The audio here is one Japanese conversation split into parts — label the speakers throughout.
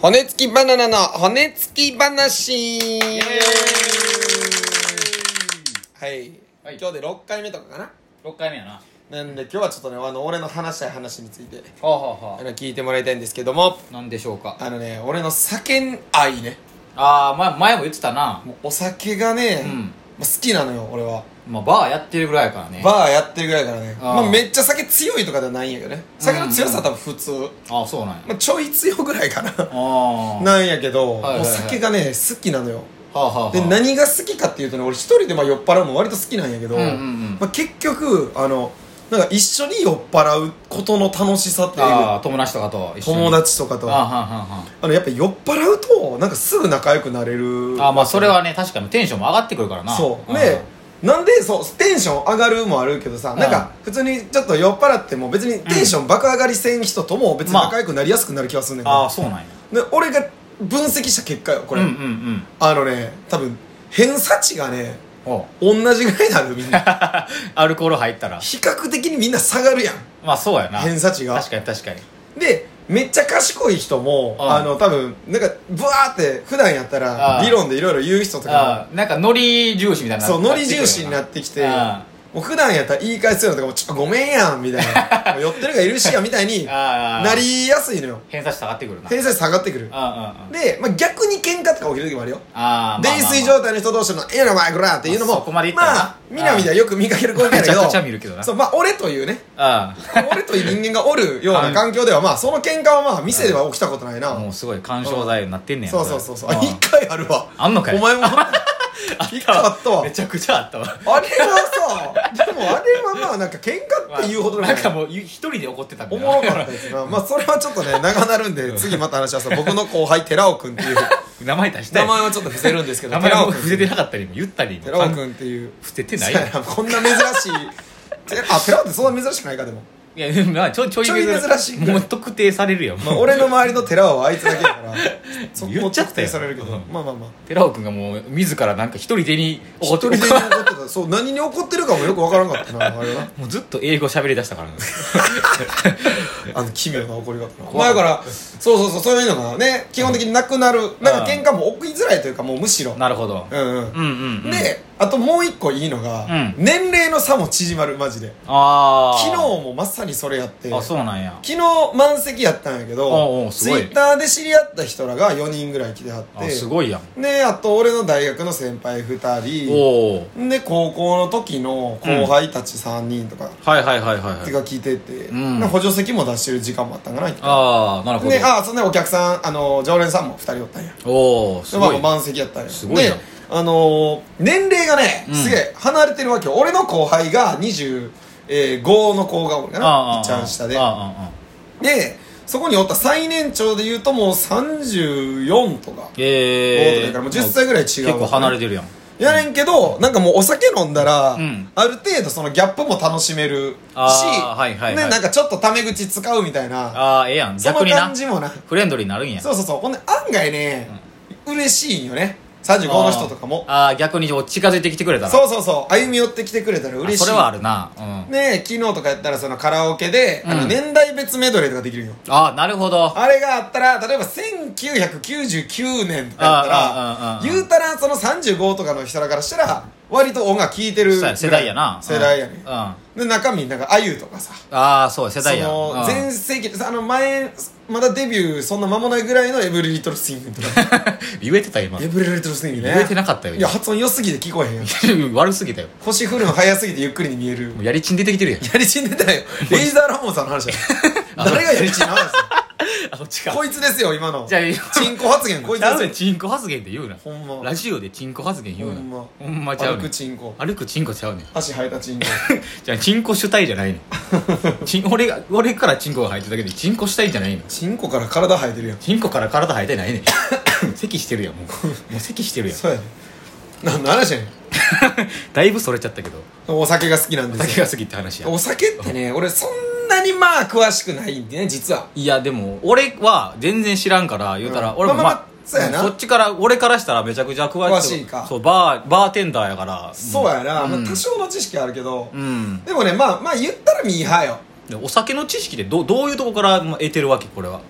Speaker 1: 骨付きバナナの骨付き話はい、
Speaker 2: はい
Speaker 1: 今日で6回目とかか
Speaker 2: 6回目やな
Speaker 1: ななんで今日はちょっとねあの俺の話したい話について
Speaker 2: ほうほう
Speaker 1: あ
Speaker 2: ほ
Speaker 1: の聞いてもらいたいんですけども
Speaker 2: うなんでしょうか
Speaker 1: あのね俺の酒愛ね
Speaker 2: ああ、ま、前も言ってたな
Speaker 1: もうお酒がね、
Speaker 2: うん
Speaker 1: まあ好きなのよ俺は
Speaker 2: まあバーやってるぐらいやからね
Speaker 1: バーやってるぐらいだからね
Speaker 2: あー
Speaker 1: まあ、めっちゃ酒強いとかではないんやけどね酒の強さは多分普通、
Speaker 2: ああそうなんや
Speaker 1: まあ、ちょい強ぐらいかな
Speaker 2: ああ
Speaker 1: なんやけど、
Speaker 2: はいはいはい
Speaker 1: もう酒がね好きなのよ
Speaker 2: はあはあはあ
Speaker 1: で何が好きかっていうとね俺一人でまあ酔っ払うの割と好きなんやけど、
Speaker 2: うんうんうん
Speaker 1: まあ、結局あのなんか一緒に酔っ払うことの楽しさって
Speaker 2: あ
Speaker 1: いう
Speaker 2: あ友達とかと一緒に
Speaker 1: 友達とか
Speaker 2: あ
Speaker 1: と
Speaker 2: あは
Speaker 1: あ
Speaker 2: あはあは
Speaker 1: のやっぱ酔っ払うとなんかすぐ仲良くなれる
Speaker 2: ああまあそれはね確かにテンションも上がってくるからな
Speaker 1: そう
Speaker 2: うん
Speaker 1: でなんでそうテンション上がるもあるけどさ、
Speaker 2: うん
Speaker 1: なんか普通にちょっと酔っ払っても別にテンション爆上がりせん人とも別に仲良くなりやすくなる気がするねんけど、
Speaker 2: ああそうなんや
Speaker 1: で俺が分析した結果よこ
Speaker 2: う
Speaker 1: れ、
Speaker 2: んうんうん
Speaker 1: あのね多分偏差値がね
Speaker 2: おう
Speaker 1: 同じぐらいになるみんな
Speaker 2: アルコール入ったら
Speaker 1: 比較的にみんな下がるやん
Speaker 2: まあそうやな
Speaker 1: 偏差値が
Speaker 2: 確かに確かに
Speaker 1: でめっちゃ賢い人も、
Speaker 2: うん
Speaker 1: あの多分なんかブワーって普段やったら
Speaker 2: ああ
Speaker 1: 理論でいろいろ言う人とか
Speaker 2: ああなんかノリ重視みたい
Speaker 1: も
Speaker 2: な
Speaker 1: そうノリ重視になってきて
Speaker 2: あ
Speaker 1: もう普段やったら言い返すようなとかもちょっとごめんやんみたい なもう寄ってるがいるしやみたいにな
Speaker 2: ああ
Speaker 1: りやすいのよ
Speaker 2: 偏差値下がってくるな
Speaker 1: 偏差値下がってくる
Speaker 2: あああ
Speaker 1: で、まあ、逆に喧嘩とか起きる時もあるよ
Speaker 2: ああまあまあまあ
Speaker 1: 泥酔状態の人同士の「ええなお前こら!」っていうのも
Speaker 2: あそこまでいった
Speaker 1: ま
Speaker 2: らな
Speaker 1: あ南ではよく見かける光景だけど
Speaker 2: めちゃくちゃ見るけどな
Speaker 1: そうまあ俺というね
Speaker 2: あ
Speaker 1: 俺という人間が おるような環境ではまあその喧嘩はまあ店では起きたことないな、
Speaker 2: あもうすごい干渉材料になってんねや
Speaker 1: そうそうそうそう
Speaker 2: あ
Speaker 1: あ一回あるわ
Speaker 2: あんのかい
Speaker 1: お前も一回あったわあ
Speaker 2: め
Speaker 1: れ
Speaker 2: ちゃくちゃあったわ
Speaker 1: はさでもあれはまあなんか喧嘩っていうほどでも
Speaker 2: な
Speaker 1: なん
Speaker 2: か
Speaker 1: い
Speaker 2: もう一人で怒ってたみた
Speaker 1: おもろ
Speaker 2: い
Speaker 1: かったですなまあそれはちょっとね長なるんで次また話します僕の後輩寺尾君っていう
Speaker 2: 名前出した
Speaker 1: 名
Speaker 2: い
Speaker 1: 前はちょっと伏せるんですけど
Speaker 2: 名前
Speaker 1: 寺尾
Speaker 2: も
Speaker 1: 君
Speaker 2: 伏せてなかったりも言ったりも
Speaker 1: 寺尾君っていう
Speaker 2: 伏せてない
Speaker 1: そ
Speaker 2: よ
Speaker 1: うやなこんな珍しいてあ寺尾ってそんな珍しくないかでも、
Speaker 2: いやまあちょちょい
Speaker 1: ちょい珍しい
Speaker 2: もう特定されるよ
Speaker 1: まあ、俺の周りの寺尾はあいつだけだからそこ
Speaker 2: 言
Speaker 1: も
Speaker 2: っちゃった
Speaker 1: 特定
Speaker 2: よ
Speaker 1: されるけど、
Speaker 2: うん
Speaker 1: まあまあまあ
Speaker 2: 寺尾君がもう自らなんか一人でに怒
Speaker 1: 一
Speaker 2: って
Speaker 1: 人で怒ってたそう何に怒ってるかもよくわからんかった なあれな
Speaker 2: もうずっと英語喋り出し たからな
Speaker 1: あの奇妙な怒り方なま
Speaker 2: 怖
Speaker 1: あ
Speaker 2: い
Speaker 1: だからそうそうそうそういうのがね基本的になくなるなんか
Speaker 2: うん
Speaker 1: 喧嘩も起きづらいというかもうむしろ
Speaker 2: なるほど
Speaker 1: うんうん
Speaker 2: うんうんうん
Speaker 1: であともう一個いいのが、
Speaker 2: うん
Speaker 1: 年齢の差も縮まるマジで
Speaker 2: ああ
Speaker 1: 昨日もまさにそれやって
Speaker 2: あそうなんや
Speaker 1: 昨日満席やったんやけ
Speaker 2: おうお
Speaker 1: ど
Speaker 2: う
Speaker 1: ツ
Speaker 2: す
Speaker 1: イ
Speaker 2: ごい
Speaker 1: ッターで知り合った人らが4人ぐらい来てはっ
Speaker 2: あ
Speaker 1: て
Speaker 2: すごいやん
Speaker 1: であと俺の大学の先輩2人
Speaker 2: おお
Speaker 1: で高校の時の後輩たち3人とか
Speaker 2: はいはいはいはいはい
Speaker 1: が聞いてて、
Speaker 2: うん
Speaker 1: で補助席も出してる時間もあったんかな
Speaker 2: ああなるほど
Speaker 1: であそんでお客さんあの常連さんも2人おったんや
Speaker 2: おおす
Speaker 1: で、ま
Speaker 2: ご
Speaker 1: あ、
Speaker 2: い
Speaker 1: 満席やったんや
Speaker 2: すごいな
Speaker 1: であのー年齢がね
Speaker 2: うん
Speaker 1: すげえ離れてるわけよ、俺の後輩が25の子がおるかな一番下で
Speaker 2: あああ
Speaker 1: でそこにおった最年長で言うともう34とか
Speaker 2: え
Speaker 1: 5とか
Speaker 2: え
Speaker 1: やからもう10歳ぐらい違う
Speaker 2: 結構離れてるやん
Speaker 1: やねんけどなんかもうお酒飲んだら、
Speaker 2: うん
Speaker 1: ある程度そのギャップも楽しめるし、
Speaker 2: あーはいはいはい
Speaker 1: ね、なんかちょっとタメ口使うみたいな
Speaker 2: ああええやん
Speaker 1: その
Speaker 2: 逆にな
Speaker 1: 感じもな
Speaker 2: フレンドリーになるんや
Speaker 1: そうそうそうほんで案外ね、嬉しいんよね35の人とかも
Speaker 2: ああ逆に近づいてきてくれたらう
Speaker 1: そうそうそう歩み寄ってきてくれたら嬉しい
Speaker 2: それはあるなうん
Speaker 1: ね昨日とかやったらそのカラオケで、あの
Speaker 2: うん
Speaker 1: 年代別メドレーとかできるんよ
Speaker 2: ああなるほど
Speaker 1: あれがあったら例えば1999年とかやったら
Speaker 2: あーあーあーあー
Speaker 1: 言うたらその35とかの人らからしたら割と音楽聴いてる
Speaker 2: そうや世代やな
Speaker 1: 世代やね
Speaker 2: うんうんあ
Speaker 1: で中身なんかあゆとかさ
Speaker 2: あそうや世
Speaker 1: そ
Speaker 2: 代や
Speaker 1: の
Speaker 2: うん
Speaker 1: 全盛期あの前まだデビューそんな間もないぐらいのエブリリトルスイングと か
Speaker 2: 言えてた今
Speaker 1: エブリリトルスイングね
Speaker 2: 言えてなかったよ
Speaker 1: いや発音良すぎて聞こえへんよ
Speaker 2: 悪すぎたよ
Speaker 1: 星降るの早すぎてゆっくりに見える
Speaker 2: もうやりちん出てきてるやん
Speaker 1: やりちん出たよレイザーラモンさんの話 だよ誰がやりちんの話だよ
Speaker 2: あそっちか
Speaker 1: こいつですよ今の
Speaker 2: じゃあいや
Speaker 1: チンコ発言こいつで
Speaker 2: な
Speaker 1: す
Speaker 2: ん
Speaker 1: よ
Speaker 2: でチンコ発言って言うな
Speaker 1: ほんま
Speaker 2: ラジオでチンコ発言言うな
Speaker 1: ほんま
Speaker 2: ほんまちゃう
Speaker 1: 歩
Speaker 2: ね
Speaker 1: く
Speaker 2: ん
Speaker 1: チンコ
Speaker 2: 歩くチンコちゃうねん
Speaker 1: 足生えたチンコ
Speaker 2: じゃあチンコ主体じゃないのチン俺が俺からチンコが入ってるだけでチンコ主体じゃないの
Speaker 1: チンコから体生えてるやん
Speaker 2: チンコから体入ってな いねん咳してるやんもうもう咳してるやん
Speaker 1: そうやね何の話やねん
Speaker 2: だいぶそれちゃったけど
Speaker 1: お酒が好きなんですよ
Speaker 2: 酒が過ぎって話や
Speaker 1: お酒ってね俺そんなにまあ詳しくないんでね実はい
Speaker 2: やでも俺は全然知らんから言うたら、
Speaker 1: うん
Speaker 2: 俺も
Speaker 1: まあ
Speaker 2: ま
Speaker 1: ま
Speaker 2: あ、
Speaker 1: あそうやな
Speaker 2: そっちから俺からしたらめちゃくちゃ詳しい
Speaker 1: 詳しいか
Speaker 2: そうバーバーテンダーやから
Speaker 1: そうやな、
Speaker 2: うん
Speaker 1: まあ、多少の知識はあるけど、
Speaker 2: うん
Speaker 1: でもねまあまあ言ったらミーハーよ
Speaker 2: でお酒の知識でどどういうとこからまあ得てるわけこれは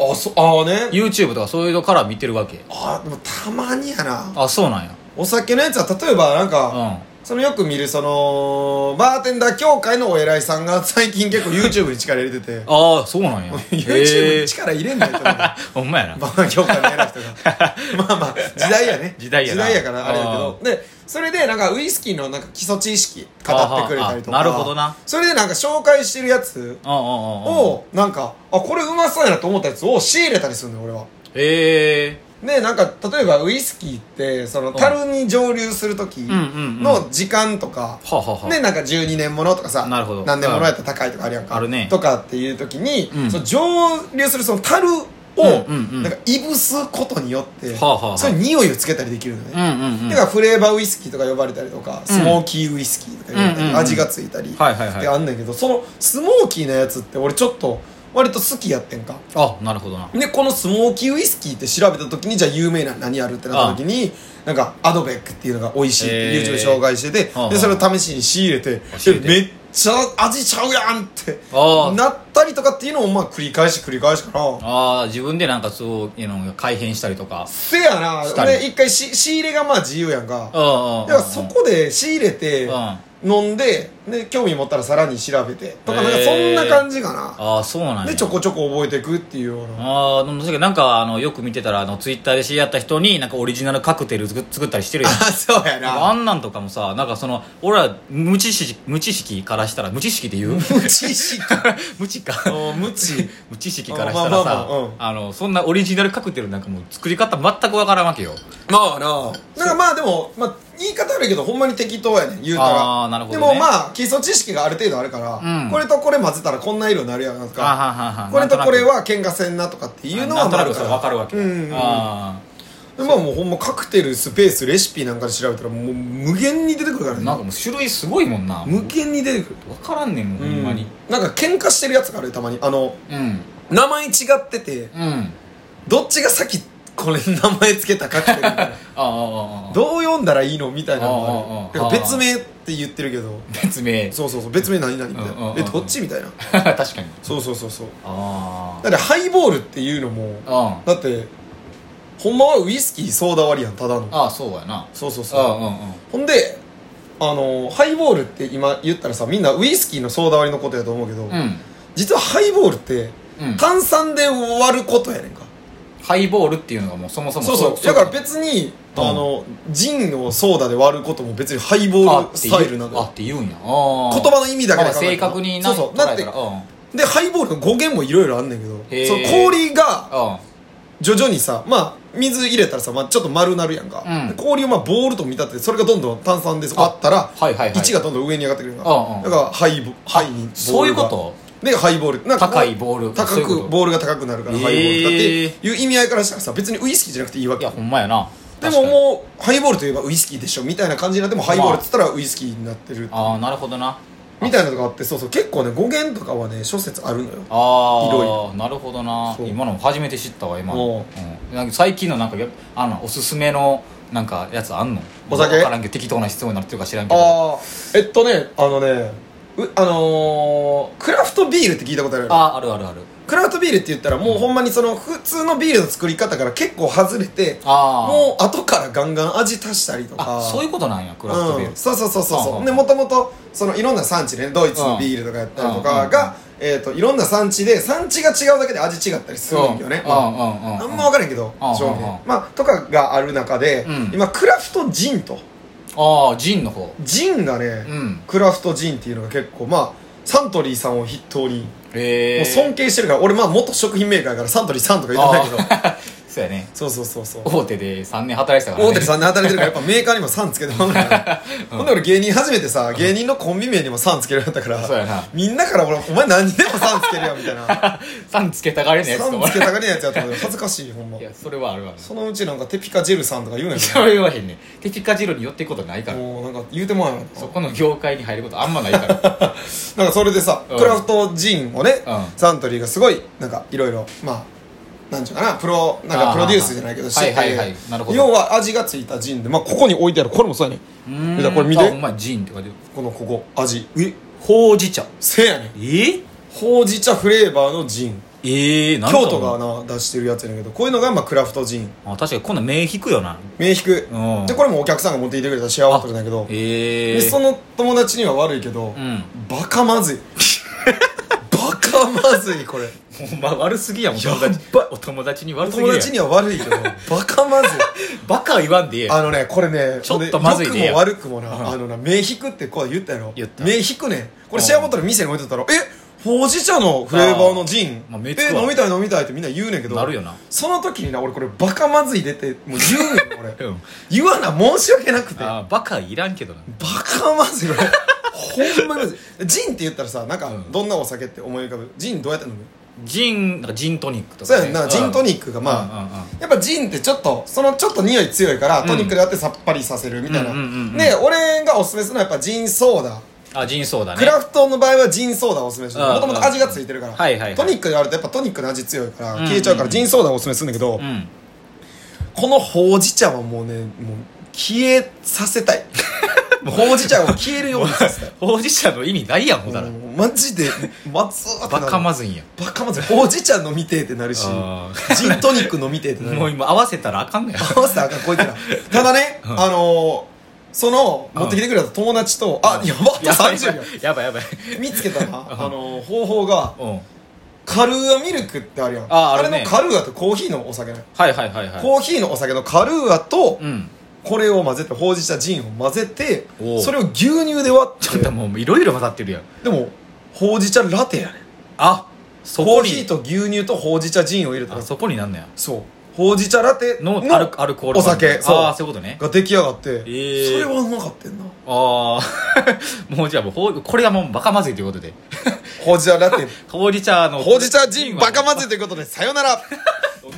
Speaker 1: あそああね
Speaker 2: YouTube とかそういうのから見てるわけ
Speaker 1: あでもたまにやな
Speaker 2: あそうなんや
Speaker 1: お酒のやつは例えばなんか、
Speaker 2: う
Speaker 1: そのよく見るそのバーテンダー協会のお偉いさんが最近結構 YouTube に力入 れてて
Speaker 2: んああそうなんや
Speaker 1: YouTube
Speaker 2: へ
Speaker 1: に
Speaker 2: ー
Speaker 1: 力入れんないと思う
Speaker 2: ほんまやな
Speaker 1: バー協会の偉い人 がまあまあ時代やね
Speaker 2: 時代やな
Speaker 1: からあれやけどでそれでなんかウイスキーのなんか基礎知識語ってくれたりとか
Speaker 2: あははあなるほどな
Speaker 1: それでなんか紹介してるやつ
Speaker 2: うんうんうんうん
Speaker 1: をなんかあこれうまそうやなと思ったやつを仕入れたりするのよ俺は
Speaker 2: へえ
Speaker 1: でなんか例えばウイスキーってその樽に蒸留する時
Speaker 2: んうんうん
Speaker 1: の時間とか、
Speaker 2: はあはあはあ
Speaker 1: でなんか12年ものとかさ
Speaker 2: なるほど
Speaker 1: 何年ものやったら高いとかあるやんか、
Speaker 2: あるね
Speaker 1: とかっていう時に、
Speaker 2: うん
Speaker 1: その蒸留するその樽を、
Speaker 2: うんうんうん
Speaker 1: なんかいぶすことによって、
Speaker 2: はあはあはあ
Speaker 1: それに匂いをつけたりできるのね、
Speaker 2: うんうんうん
Speaker 1: だからフレーバーウイスキーとか呼ばれたりとか、スモーキーウイスキーとか呼ばれたり、
Speaker 2: うんうんうん
Speaker 1: 味がついたりって
Speaker 2: はいはいはい
Speaker 1: あんねんけど、そのスモーキーなやつって俺ちょっと割と好きやってんか
Speaker 2: あなるほどな
Speaker 1: でこのスモーキーウイスキーって調べた時にじゃあ有名な何あるってなった時になんかアドベックっていうのが美味しいって
Speaker 2: へー
Speaker 1: YouTube 紹介してて、
Speaker 2: はあはあ
Speaker 1: でそれを試しに仕入れて
Speaker 2: 仕入れ
Speaker 1: え
Speaker 2: て
Speaker 1: めっちゃ味ちゃうやんって
Speaker 2: あー
Speaker 1: なったりとかっていうのをまあ繰り返し繰り返しかな
Speaker 2: ああ自分でなんかそういうの改変したりとか
Speaker 1: せやな
Speaker 2: したり
Speaker 1: で一回し仕入れがまあ自由やんか
Speaker 2: うんうんうん
Speaker 1: だからそこで仕入れて
Speaker 2: うん
Speaker 1: 飲んでで興味持ったらさらに調べてとかなんか
Speaker 2: へー
Speaker 1: そんな感じかな
Speaker 2: ああそうなんや
Speaker 1: でちょこちょこ覚えていくっていうような
Speaker 2: ああでも確かになんかあのよく見てたらあのツイッターで知り合った人になんかオリジナルカクテル作作ったりしてるやん
Speaker 1: あそうや
Speaker 2: あんなんとかもさなんかその俺ら無知識無知識からしたら無知識で言う
Speaker 1: 無知識
Speaker 2: 無知か
Speaker 1: 無知
Speaker 2: 無知識からしたら
Speaker 1: まあま
Speaker 2: さ
Speaker 1: あまあうん
Speaker 2: あのそんなオリジナルカクテルなんかもう作り方全くわからんわけよ
Speaker 1: まあなだからまあでも、まあ、言い方悪いけどほんまに適当やねん言うたら
Speaker 2: あーなるほど
Speaker 1: で
Speaker 2: ね
Speaker 1: もまあ基礎知識がある程度あるから、
Speaker 2: うん
Speaker 1: これとこれ混ぜたらこんな色になるやんなん
Speaker 2: あは
Speaker 1: か
Speaker 2: んはんはん
Speaker 1: これとこれ
Speaker 2: なん
Speaker 1: は喧嘩せんなとかって
Speaker 2: と
Speaker 1: い
Speaker 2: なく
Speaker 1: うのは
Speaker 2: なんと
Speaker 1: まあ
Speaker 2: な
Speaker 1: ある
Speaker 2: く
Speaker 1: か
Speaker 2: そ
Speaker 1: ら
Speaker 2: うわかるわけよ
Speaker 1: うんうん
Speaker 2: あ
Speaker 1: でまあもうほんまカクテルスペースレシピなんかで調べたらもう無限に出てくるから
Speaker 2: あな
Speaker 1: ね
Speaker 2: んかもう種類すごいもんなわ
Speaker 1: 無限に出てくる
Speaker 2: からんねんもんほんまに
Speaker 1: うんなんか喧嘩してるやつがあるよたまにあの
Speaker 2: うん
Speaker 1: 名前違ってて
Speaker 2: うん
Speaker 1: どっちが先これ名前つけたカクテルみたいな
Speaker 2: ああああ
Speaker 1: どう読んだらいいのみたいなのがある
Speaker 2: あーあーあー
Speaker 1: てか別名って言ってるけど
Speaker 2: 別名
Speaker 1: そうそうそう別名何々みたい
Speaker 2: うんうん
Speaker 1: な
Speaker 2: うん
Speaker 1: えどっちみたいな
Speaker 2: 確かに
Speaker 1: そうそうそうそう
Speaker 2: あ
Speaker 1: だってハイボールっていうのも
Speaker 2: あうん
Speaker 1: だってほんまはウイスキーソーダ割りやんただの
Speaker 2: ああそうやな
Speaker 1: そうそう
Speaker 2: うん
Speaker 1: そう
Speaker 2: うんうん
Speaker 1: ほんであのハイボールって今言ったらさみんなウイスキーのソーダ割りのことやと思うけど
Speaker 2: うん
Speaker 1: 実はハイボールって
Speaker 2: うん
Speaker 1: 炭酸で割ることやねんか
Speaker 2: ハイボールっていうのがもうそもそも
Speaker 1: そうそうだから別に
Speaker 2: うん
Speaker 1: あのジンをソーダで割ることも別にハイボ
Speaker 2: あ
Speaker 1: ー
Speaker 2: っ
Speaker 1: ル
Speaker 2: て
Speaker 1: ス
Speaker 2: 言う
Speaker 1: タイルなの
Speaker 2: あ
Speaker 1: よ
Speaker 2: って言うんやあー
Speaker 1: 言葉の意味だけで考えた
Speaker 2: あ
Speaker 1: ら
Speaker 2: 正確に
Speaker 1: そ
Speaker 2: な
Speaker 1: うそうだって
Speaker 2: 捉えたらうんうん
Speaker 1: でハイボールの語源もいろいろあんねんけど
Speaker 2: へー
Speaker 1: その氷が徐々にさまあ水入れたらさ、まあ、ちょっと丸なるやんか、
Speaker 2: うん
Speaker 1: で氷をまあボールと見立ててそれがどんどん炭酸で割ったら
Speaker 2: はいはいはい
Speaker 1: 位置がどんどん上に上がってくるやんか、
Speaker 2: うんうん
Speaker 1: だからハイボハイにボールが
Speaker 2: そういうこと
Speaker 1: でハイボールなんか
Speaker 2: 高いボール
Speaker 1: 高
Speaker 2: そういうこ
Speaker 1: く
Speaker 2: と
Speaker 1: ボールが高くなるから
Speaker 2: へー
Speaker 1: ハイボールだっていう意味合いからしたらさ別にウイスキーじゃなくていいわ
Speaker 2: い
Speaker 1: け
Speaker 2: やほんまやな
Speaker 1: でも
Speaker 2: う
Speaker 1: もうハイボールといえばウイスキーでしょみたいな感じになってもハイボールっつったらウイスキーになってる
Speaker 2: ああなるほどな
Speaker 1: みたいなのがあってそうそう結構ね語源とかはね諸説あるのよいろい
Speaker 2: ああなるほどな
Speaker 1: そう
Speaker 2: 今のも初めて知ったわ今
Speaker 1: おう
Speaker 2: の、うん、なんか最近のなんかやあのおすすめのなんかやつあんの
Speaker 1: お酒
Speaker 2: わからんけど適当な質問になってるか知らんけど
Speaker 1: ああえっとねあのねうあのークラフトビールって聞いたことある
Speaker 2: あーあるあるある
Speaker 1: クラフトビールって言ったらもうほんまにその普通のビールの作り方から結構外れて
Speaker 2: ああ
Speaker 1: もう後からガンガン味足したりとか
Speaker 2: あそういうことなんやクラフトビール、
Speaker 1: うん、そうそうそうそう
Speaker 2: あ
Speaker 1: そ
Speaker 2: あ
Speaker 1: うでもともとそのいろんな産地ねドイツのビールとかやったりとか
Speaker 2: うん
Speaker 1: が、えー、といろんな産地で産地が違うだけで味違ったりするんよね、
Speaker 2: うんうんうんうん
Speaker 1: なんも分からへんけど
Speaker 2: うんうんうん
Speaker 1: 正味ねまあとかがある中で、
Speaker 2: うん
Speaker 1: 今クラフトジンと
Speaker 2: ああジンの方
Speaker 1: ジンがね、
Speaker 2: うん
Speaker 1: クラフトジンっていうのが結構まあサントリーさんを筆頭に、
Speaker 2: へ
Speaker 1: も
Speaker 2: え
Speaker 1: う尊敬してるから俺まあ元食品メーカーやからサントリーさんとか言ってないけど
Speaker 2: あー そうやね
Speaker 1: そうそうそうそう
Speaker 2: 大手で3年働いてたから、ね、
Speaker 1: 大手 さんで働いてるからやっぱメーカーにも「さん」つけてもらうから、ほんで俺芸人初めてさ芸人のコンビ名にも「さん」つけるやったから
Speaker 2: そうやな
Speaker 1: みんなから俺「お前何にでも「さん」つけるやんみたい な「さん」
Speaker 2: さんつけたがりのやつと
Speaker 1: つけたがりなやつやったから恥ずかしいほんま
Speaker 2: いやそれはあるわな
Speaker 1: そのうちなんか「テピカジェルさん」とか言うねん
Speaker 2: それはへんねテキカジロに寄っていくことないから
Speaker 1: もうなんか言うてもらえな
Speaker 2: そこの業界に入ることあんまないから
Speaker 1: なんかそれでさ、
Speaker 2: うん
Speaker 1: クラフトジンをね、
Speaker 2: うん
Speaker 1: サントリーがすごいなんかいろいろまあなんちゅうかなプロなん
Speaker 2: あ
Speaker 1: か
Speaker 2: ー
Speaker 1: プロデュースじゃないけど
Speaker 2: はいはいはい
Speaker 1: 知って
Speaker 2: なるほど
Speaker 1: 要は味がついたジンでまあここに置いてあるこれもそうやね
Speaker 2: う
Speaker 1: だからこれ見て
Speaker 2: あほんまやジンって書いてる
Speaker 1: このここ味え
Speaker 2: ほうじ茶
Speaker 1: せやねん
Speaker 2: え
Speaker 1: ほうじ茶フレーバーのジン
Speaker 2: ええー、なんか
Speaker 1: 京都がな出してるやつやねんけどこういうのがまあクラフトジン
Speaker 2: あ確かにこんなん目引くよな
Speaker 1: 名引く
Speaker 2: うん
Speaker 1: でこれもお客さんが持っていてくれたシェアボトルなんやけど
Speaker 2: ええ
Speaker 1: でその友達には悪いけど、
Speaker 2: うん
Speaker 1: バカま ずいバカまずいこれ
Speaker 2: ほんま悪すぎやもんお友達お友達に悪すぎ
Speaker 1: 友
Speaker 2: るや
Speaker 1: 達には悪いけどバカま ずい
Speaker 2: バカは言わんでええやん
Speaker 1: あのねこれね
Speaker 2: ちょっとまずい
Speaker 1: 良
Speaker 2: ね
Speaker 1: くも悪くもな、
Speaker 2: うん
Speaker 1: あのな目引くってこう言ったやろ
Speaker 2: 言った
Speaker 1: 目引くねんこれ
Speaker 2: うん
Speaker 1: シェアボトル店に置いとったらえほうじ茶のフレーバーのジン、
Speaker 2: あーまあ目つく
Speaker 1: え
Speaker 2: わ
Speaker 1: 飲みたい飲みたいってみんな言うねんけど
Speaker 2: なるよな
Speaker 1: その時にな俺これバカまずい出てもう言うねん俺
Speaker 2: うん
Speaker 1: 言わな申し訳なくて
Speaker 2: あーバカいらんけどな
Speaker 1: バカまずい 俺ほんまにまずいジンって言ったらさなんか
Speaker 2: うん
Speaker 1: どんなお酒って思い浮かぶジンどうやって飲む
Speaker 2: ジンなんかジントニックと
Speaker 1: そ
Speaker 2: か
Speaker 1: う
Speaker 2: ね、
Speaker 1: やんなジントニックがまあやっぱジンってちょっとそのちょっと匂い強いから
Speaker 2: ん
Speaker 1: トニックであってさっぱりさせるみたいな
Speaker 2: うんうんうんうん
Speaker 1: で俺がおすすめするのはやっぱジンソーダ
Speaker 2: あジンソーダね
Speaker 1: クラフトの場合はジンソーダをおすすめして
Speaker 2: うんうん
Speaker 1: もともと味がついてるから
Speaker 2: はいはいはい
Speaker 1: トニックであるとやっぱトニックの味強いから
Speaker 2: うんうん
Speaker 1: 消えちゃうからジンソーダをおすすめするんだけど
Speaker 2: うん
Speaker 1: このほうじ茶はもうねもう消えさせた いほうじ茶を消えるようにさせたい
Speaker 2: ほうじ茶の意味ないやんほんだら
Speaker 1: もうマジでまずーってな
Speaker 2: バ
Speaker 1: る
Speaker 2: カまずいんや
Speaker 1: バカまずいほうじ茶飲みてえってなるし
Speaker 2: あ
Speaker 1: ジントニック飲みてえってなる
Speaker 2: もう今合わせたらあかんのや
Speaker 1: 合わせたらあかんこいつらただね、
Speaker 2: うん
Speaker 1: あのーその持ってきてくれた友達と、あやばっと30秒
Speaker 2: やばいやばい
Speaker 1: 見つけたな、あのー方法が
Speaker 2: うん
Speaker 1: カルーアミルクってあるやん
Speaker 2: ああるね
Speaker 1: れのカルーアってコーヒーのお酒ね、
Speaker 2: はいはいはいはい
Speaker 1: コーヒーのお酒のカルーアと
Speaker 2: うん
Speaker 1: これを混ぜてほうじ茶ジンを混ぜて
Speaker 2: おう
Speaker 1: それを牛乳で割
Speaker 2: ちょっ
Speaker 1: っ
Speaker 2: と
Speaker 1: て
Speaker 2: もういろいろ混ざってるやん
Speaker 1: でもほうじ茶ラテやねん
Speaker 2: あそ
Speaker 1: コ
Speaker 2: こ
Speaker 1: ーヒー
Speaker 2: に
Speaker 1: と牛乳とほうじ茶ジンを入れた
Speaker 2: あ
Speaker 1: ら
Speaker 2: そこになんのや
Speaker 1: そうほうじ茶ラテの
Speaker 2: のアルアルコール
Speaker 1: お酒そう
Speaker 2: ああそういうことね
Speaker 1: が出来上がって、
Speaker 2: ー
Speaker 1: それはうまかったんな
Speaker 2: ああ もうじゃあもうほうこれがもうバカまずいということで
Speaker 1: ほうじ茶ラテ
Speaker 2: ほうじ茶の
Speaker 1: ほうじ茶ジンバカまずいということで、さよなら